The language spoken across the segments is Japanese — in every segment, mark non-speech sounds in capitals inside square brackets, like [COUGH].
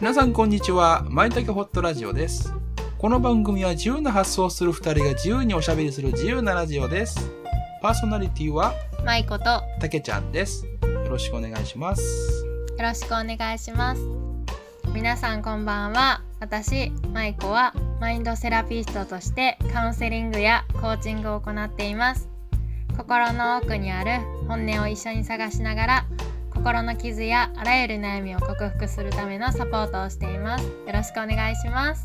皆さんこんにちは。まいたけホットラジオです。この番組は自由な発想をする二人が自由におしゃべりする自由なラジオです。パーソナリティはまいことよたけちゃんです。よろしくお願いします。ろしくお願いします皆さんこんばんは私まいこはマインドセラピストとしてカウンセリングやコーチングを行っています心の奥にある本音を一緒に探しながら心の傷やあらゆる悩みを克服するためのサポートをしていますよろしくお願いします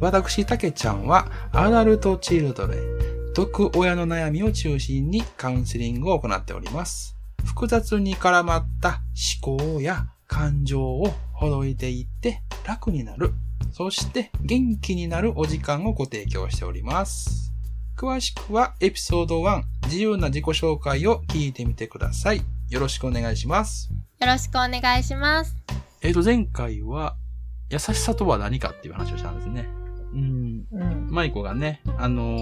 私、たけちゃんはアダルトチルドレン、毒親の悩みを中心にカウンセリングを行っております。複雑に絡まった思考や感情をほどいていって楽になる、そして元気になるお時間をご提供しております。詳しくはエピソード1、自由な自己紹介を聞いてみてください。よろしくお願いします。よろしくお願いしますえっ、と、前回は、優しさとは何かっていう話をしたんですね。うん、うんマイコがね、あの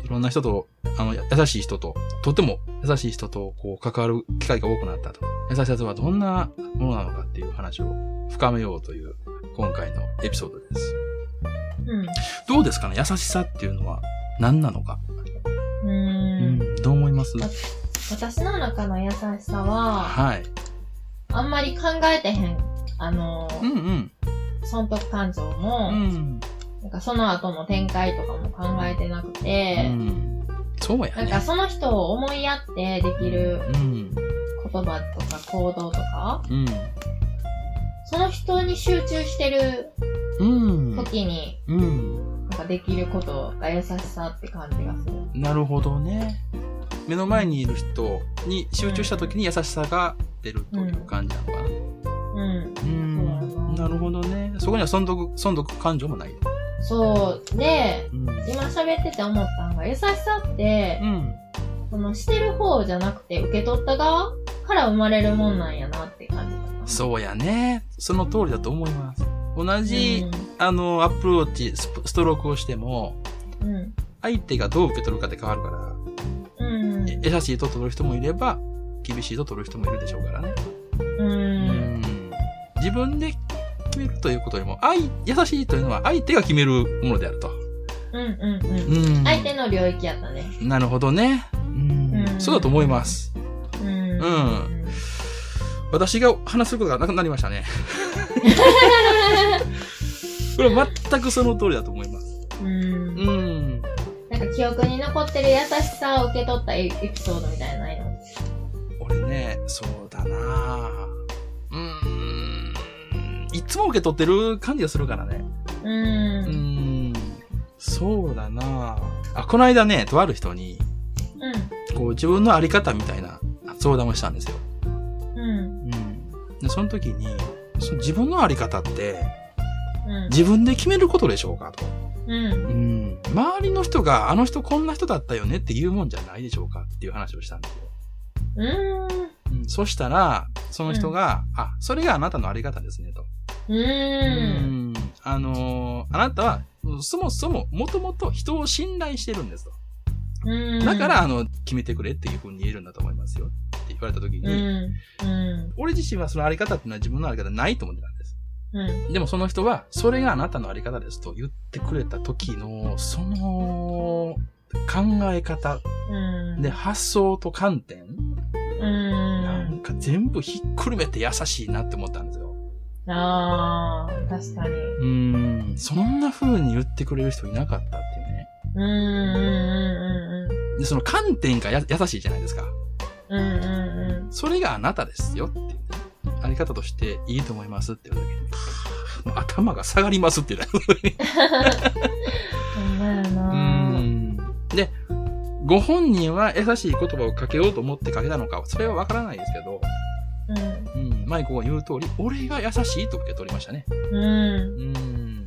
ーいろんな人と、あの、優しい人と、とても優しい人と、こう、関わる機会が多くなったと。優しさとはどんなものなのかっていう話を深めようという、今回のエピソードです。うんどうですかね優しさっていうのは何なのか。ううんん、どう思います私の中の優しさははい。あんまり考えてへんあのうんうん。損得感情うもん。なんかその後の展開とかも考えてなくうて、ん、そうやなんかね。その人を思いやってできるうん。言葉とか行動とか、うん。その人に集中してるうん。時にうん。なんかできることが優しさって感じがする。なるほどね。目の前にいる人に集中した時に優しさが出るという感じなのかな。うん。うん。なるほどね。そこには損得、損得感情もない。そう。で、うん。今喋ってて思ったのが、優しさってう、ん。そのしてる方じゃなくて受け取った側から生まれるもんなんやなって感じたな。そうやね。その通りだと思います。同じ、うあの、アプローチ、スプストロークをしても、ん。うん。相手がどう受け取るかって変わるから、うん。え優しいと取る人もいれば、厳しいと取る人もいるでしょうからね。うん。自分で決めるということよりも、愛、優しいというのは相手が決めるものであると。うん。うん。うん。うん相手の領域やったね。なるほどね。うんうんそうだと思います。うん。ん私が話すことがなくなりました [LAUGHS] ね。これ全くその通りだと思います。うん。うん。なんか記憶に残ってる優しさを受け取ったエピソードみたいなのないの俺ね、そうだなうん。いつも受け取ってる感じがするからね。う。うんん。そうだなあ、この間ね、とある人に、こう自分のあり方みたいな相談をしたんですよ。うん。うん。うん。で、その時に、その自分のあり方って、うん。自分で決めることでしょうかと。うん。うん、周りの人があの人こんな人だったよねって言うもんじゃないでしょうかっていう話をしたんですよ。うん。うん、そしたら、その人が、あ、それがあなたのあり方ですねと。ううん。んあのーあなたは、そもそも、もともと人を信頼してるんですと。うん。だから、あの、決めてくれっていうふうに言えるんだと思いますよって言われた時に、うん。うん。俺自身はそのあり方っていうのは自分のあり方ないと思ってたんです。うん。でもその人は、それがあなたのあり方ですと言ってくれた時の、その、考え方うん。で、発想と観点、うなんん。か全部ひっくるめて優しいなって思ったんですよ。ああ、確かに。うーん、そんな風に言ってくれる人いなかったっていうね。うん。うん。で、その観点がや優しいじゃないですか。うん。うん。うん。それがあなたですよっていうね、あり方としていいと思いますって言うだけで、 [LAUGHS] もう頭が下がりますって言うだけで。ほんまやうーな。ん。で、ご本人は優しい言葉をかけようと思ってかけたのか、それはわからないですけど、うん。うん、マイコが言う通り、俺が優しいと受け取りましたね。う。うんーん。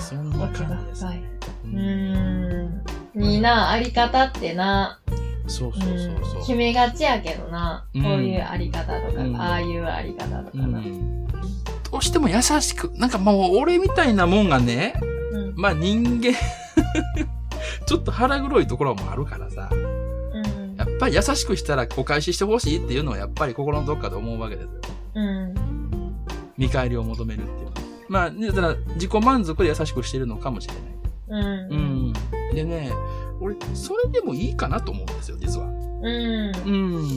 そんな感じです、ね。ううんん。いいな、あり方ってな。そうそううんそう決そう。めがちやけどな、うんこういうあり方とか、うんああいうあり方とかうな、んどうしても優しく、なんかもう俺みたいなもんがね、うんまあ人間、 [LAUGHS] ちょっと腹黒いところもあるからさ、うんやっぱり優しくしたらお返ししてほしいっていうのはやっぱり心のどっかで思うわけですよ。うん見返りを求めるっていうのは。まあ、ねだから自己満足で優しくしてるのかもしれない。うんううんん。でね、俺、それでもいいかなと思うんですよ、実は。うんうん。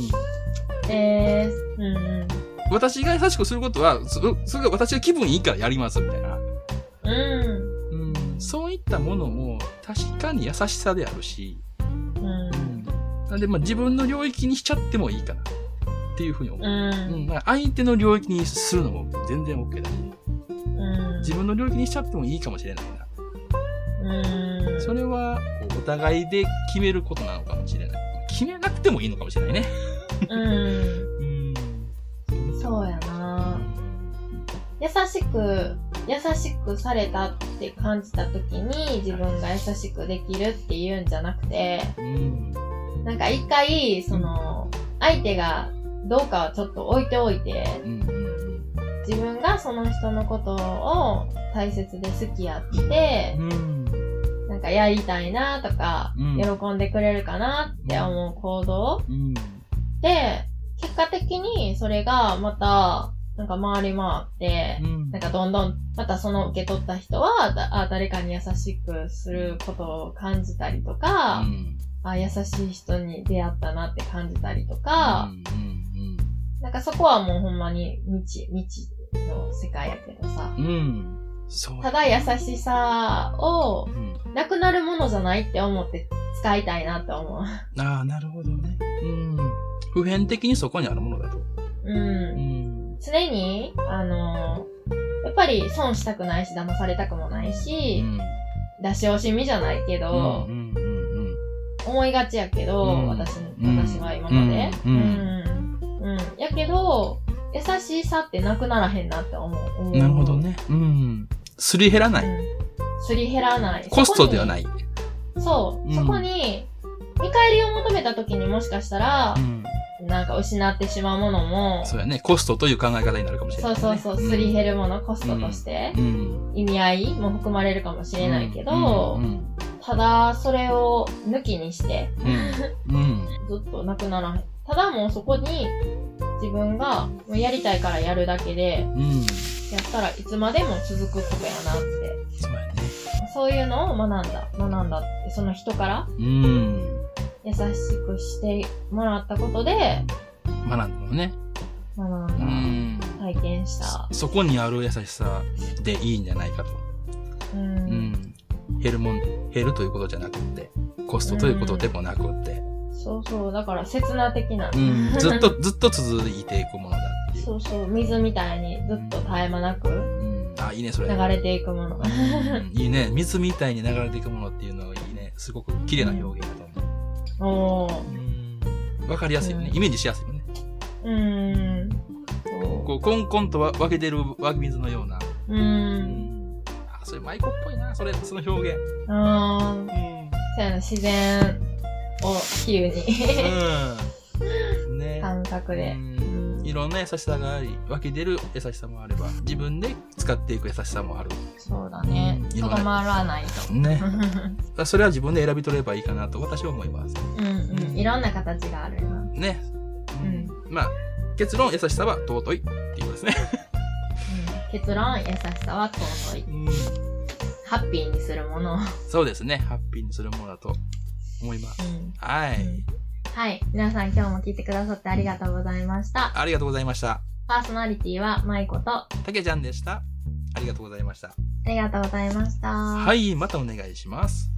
えーうん私が優しくすることは、そそれが私が気分いいからやります、みたいな。うんうん。そういったものも、確かに優しさであるし、うんなんで、まあ自分の領域にしちゃってもいいかな、っていうふうに思うう。うんん。まあ相手の領域にするのも全然 OK だし、うん自分の領域にしちゃってもいいかもしれないな。うんそれは、こうお互いで決めることなのかもしれない。決めなくてもいいのかもしれないね。うんうん。そうやな優しく優しくされたって感じた時に自分が優しくできるっていうんじゃなくてうん。なんか一回その相手がどうかはちょっと置いておいてうん。うん。自分がその人のことを大切で好きやってうん。なんかやりたいなとかうん喜んでくれるかなって思う行動うん。で結果的にそれがまたなんか回り回ってうんなんかどんどん、またその受け取った人は、だあ誰かに優しくすることを感じたりとか、うんあ優しい人に出会ったなって感じたりとか、うんなんかそこはもうほんまに未知、未知の世界やけどさ。うん。うん。そう。ただ優しさをうん。なくなるものじゃないって思って使いたいなって思う。ああ、なるほどね。うん。普遍的にそこにあるものだと。う。うんん。常に、あのやっぱり損したくないし、騙されたくもないうし、ん。出し惜しみじゃないけうどん。う、ん。うん。思いがちやけど、うん私うん私は今まで。うんうんうんやけど、優しさってなくならへんなって思う。思う。うんなるほど。ね。うん。すり減らうない。んすり減らない。。コストではないい。そう。うんそこに、見返りを求めた時にもしかしたらう、ん。なんか失ってしまうものも、そうやね。コストという考え方になるかもしれなそいうね。そうそう、すり減るもの、コストとして、うん。意味合いも含まれるかもしうれん。ないけど、うんうん。ただ、それを抜きにして、うん。うんずっとなくならへん。ただもうそこに自分がもうやりたいからやるだけで、うん。やったらいつまでも続くことやなって。そうやね。そういうのを学んだ。学んだって、その人からうん。優しくしてもらったことで、学んだのね。学うんん。だ。体験した。そそこにある優しさでいいんじゃないかと。う。うんん。減るもん、減るということじゃなくって、コストということでもなくって、そうそう。だから、刹那的なう。ん。ずっと、ずっと続いていくものだっていう。 [LAUGHS] そうそう。水みたいにずっと絶え間なくうん。あ、いいね、それ。流れていくもの。うんいいね。水みたいに流れていくものっていうのはいいね。すごく綺麗な表現だと思おー。う。うん。わかりやすいよね。うんイメージしやすいよね。うん。そこう、コンコンとわ分けてる湧き水のような。う。う。うんん。あ、それ舞子っぽいな、それ、その表現。あー。うん。そうやな、自然を比喩にうん。ね。 [LAUGHS] 感覚うで。んいろんな優しさがあり、分け出る優しさもあれば、自分で使っていく優しさもある。そうだねうん。とどまらない [LAUGHS] と。ね。それは自分で選び取ればいいかなと私は思います。うんうん。いろんな形があるな。ね。うんまあ、結論、優しさは尊いっていうことですね。結論、優しさは尊い。ハッピーにするもの。そうですね。ハッピーにするものだと思います。はい。はい。皆さん今日も聞いてくださってありがとうございました。ありがとうございました。パーソナリティは舞子と、あたけちゃんでした。ありがとうございました。りがとうございました。はい、またお願いします。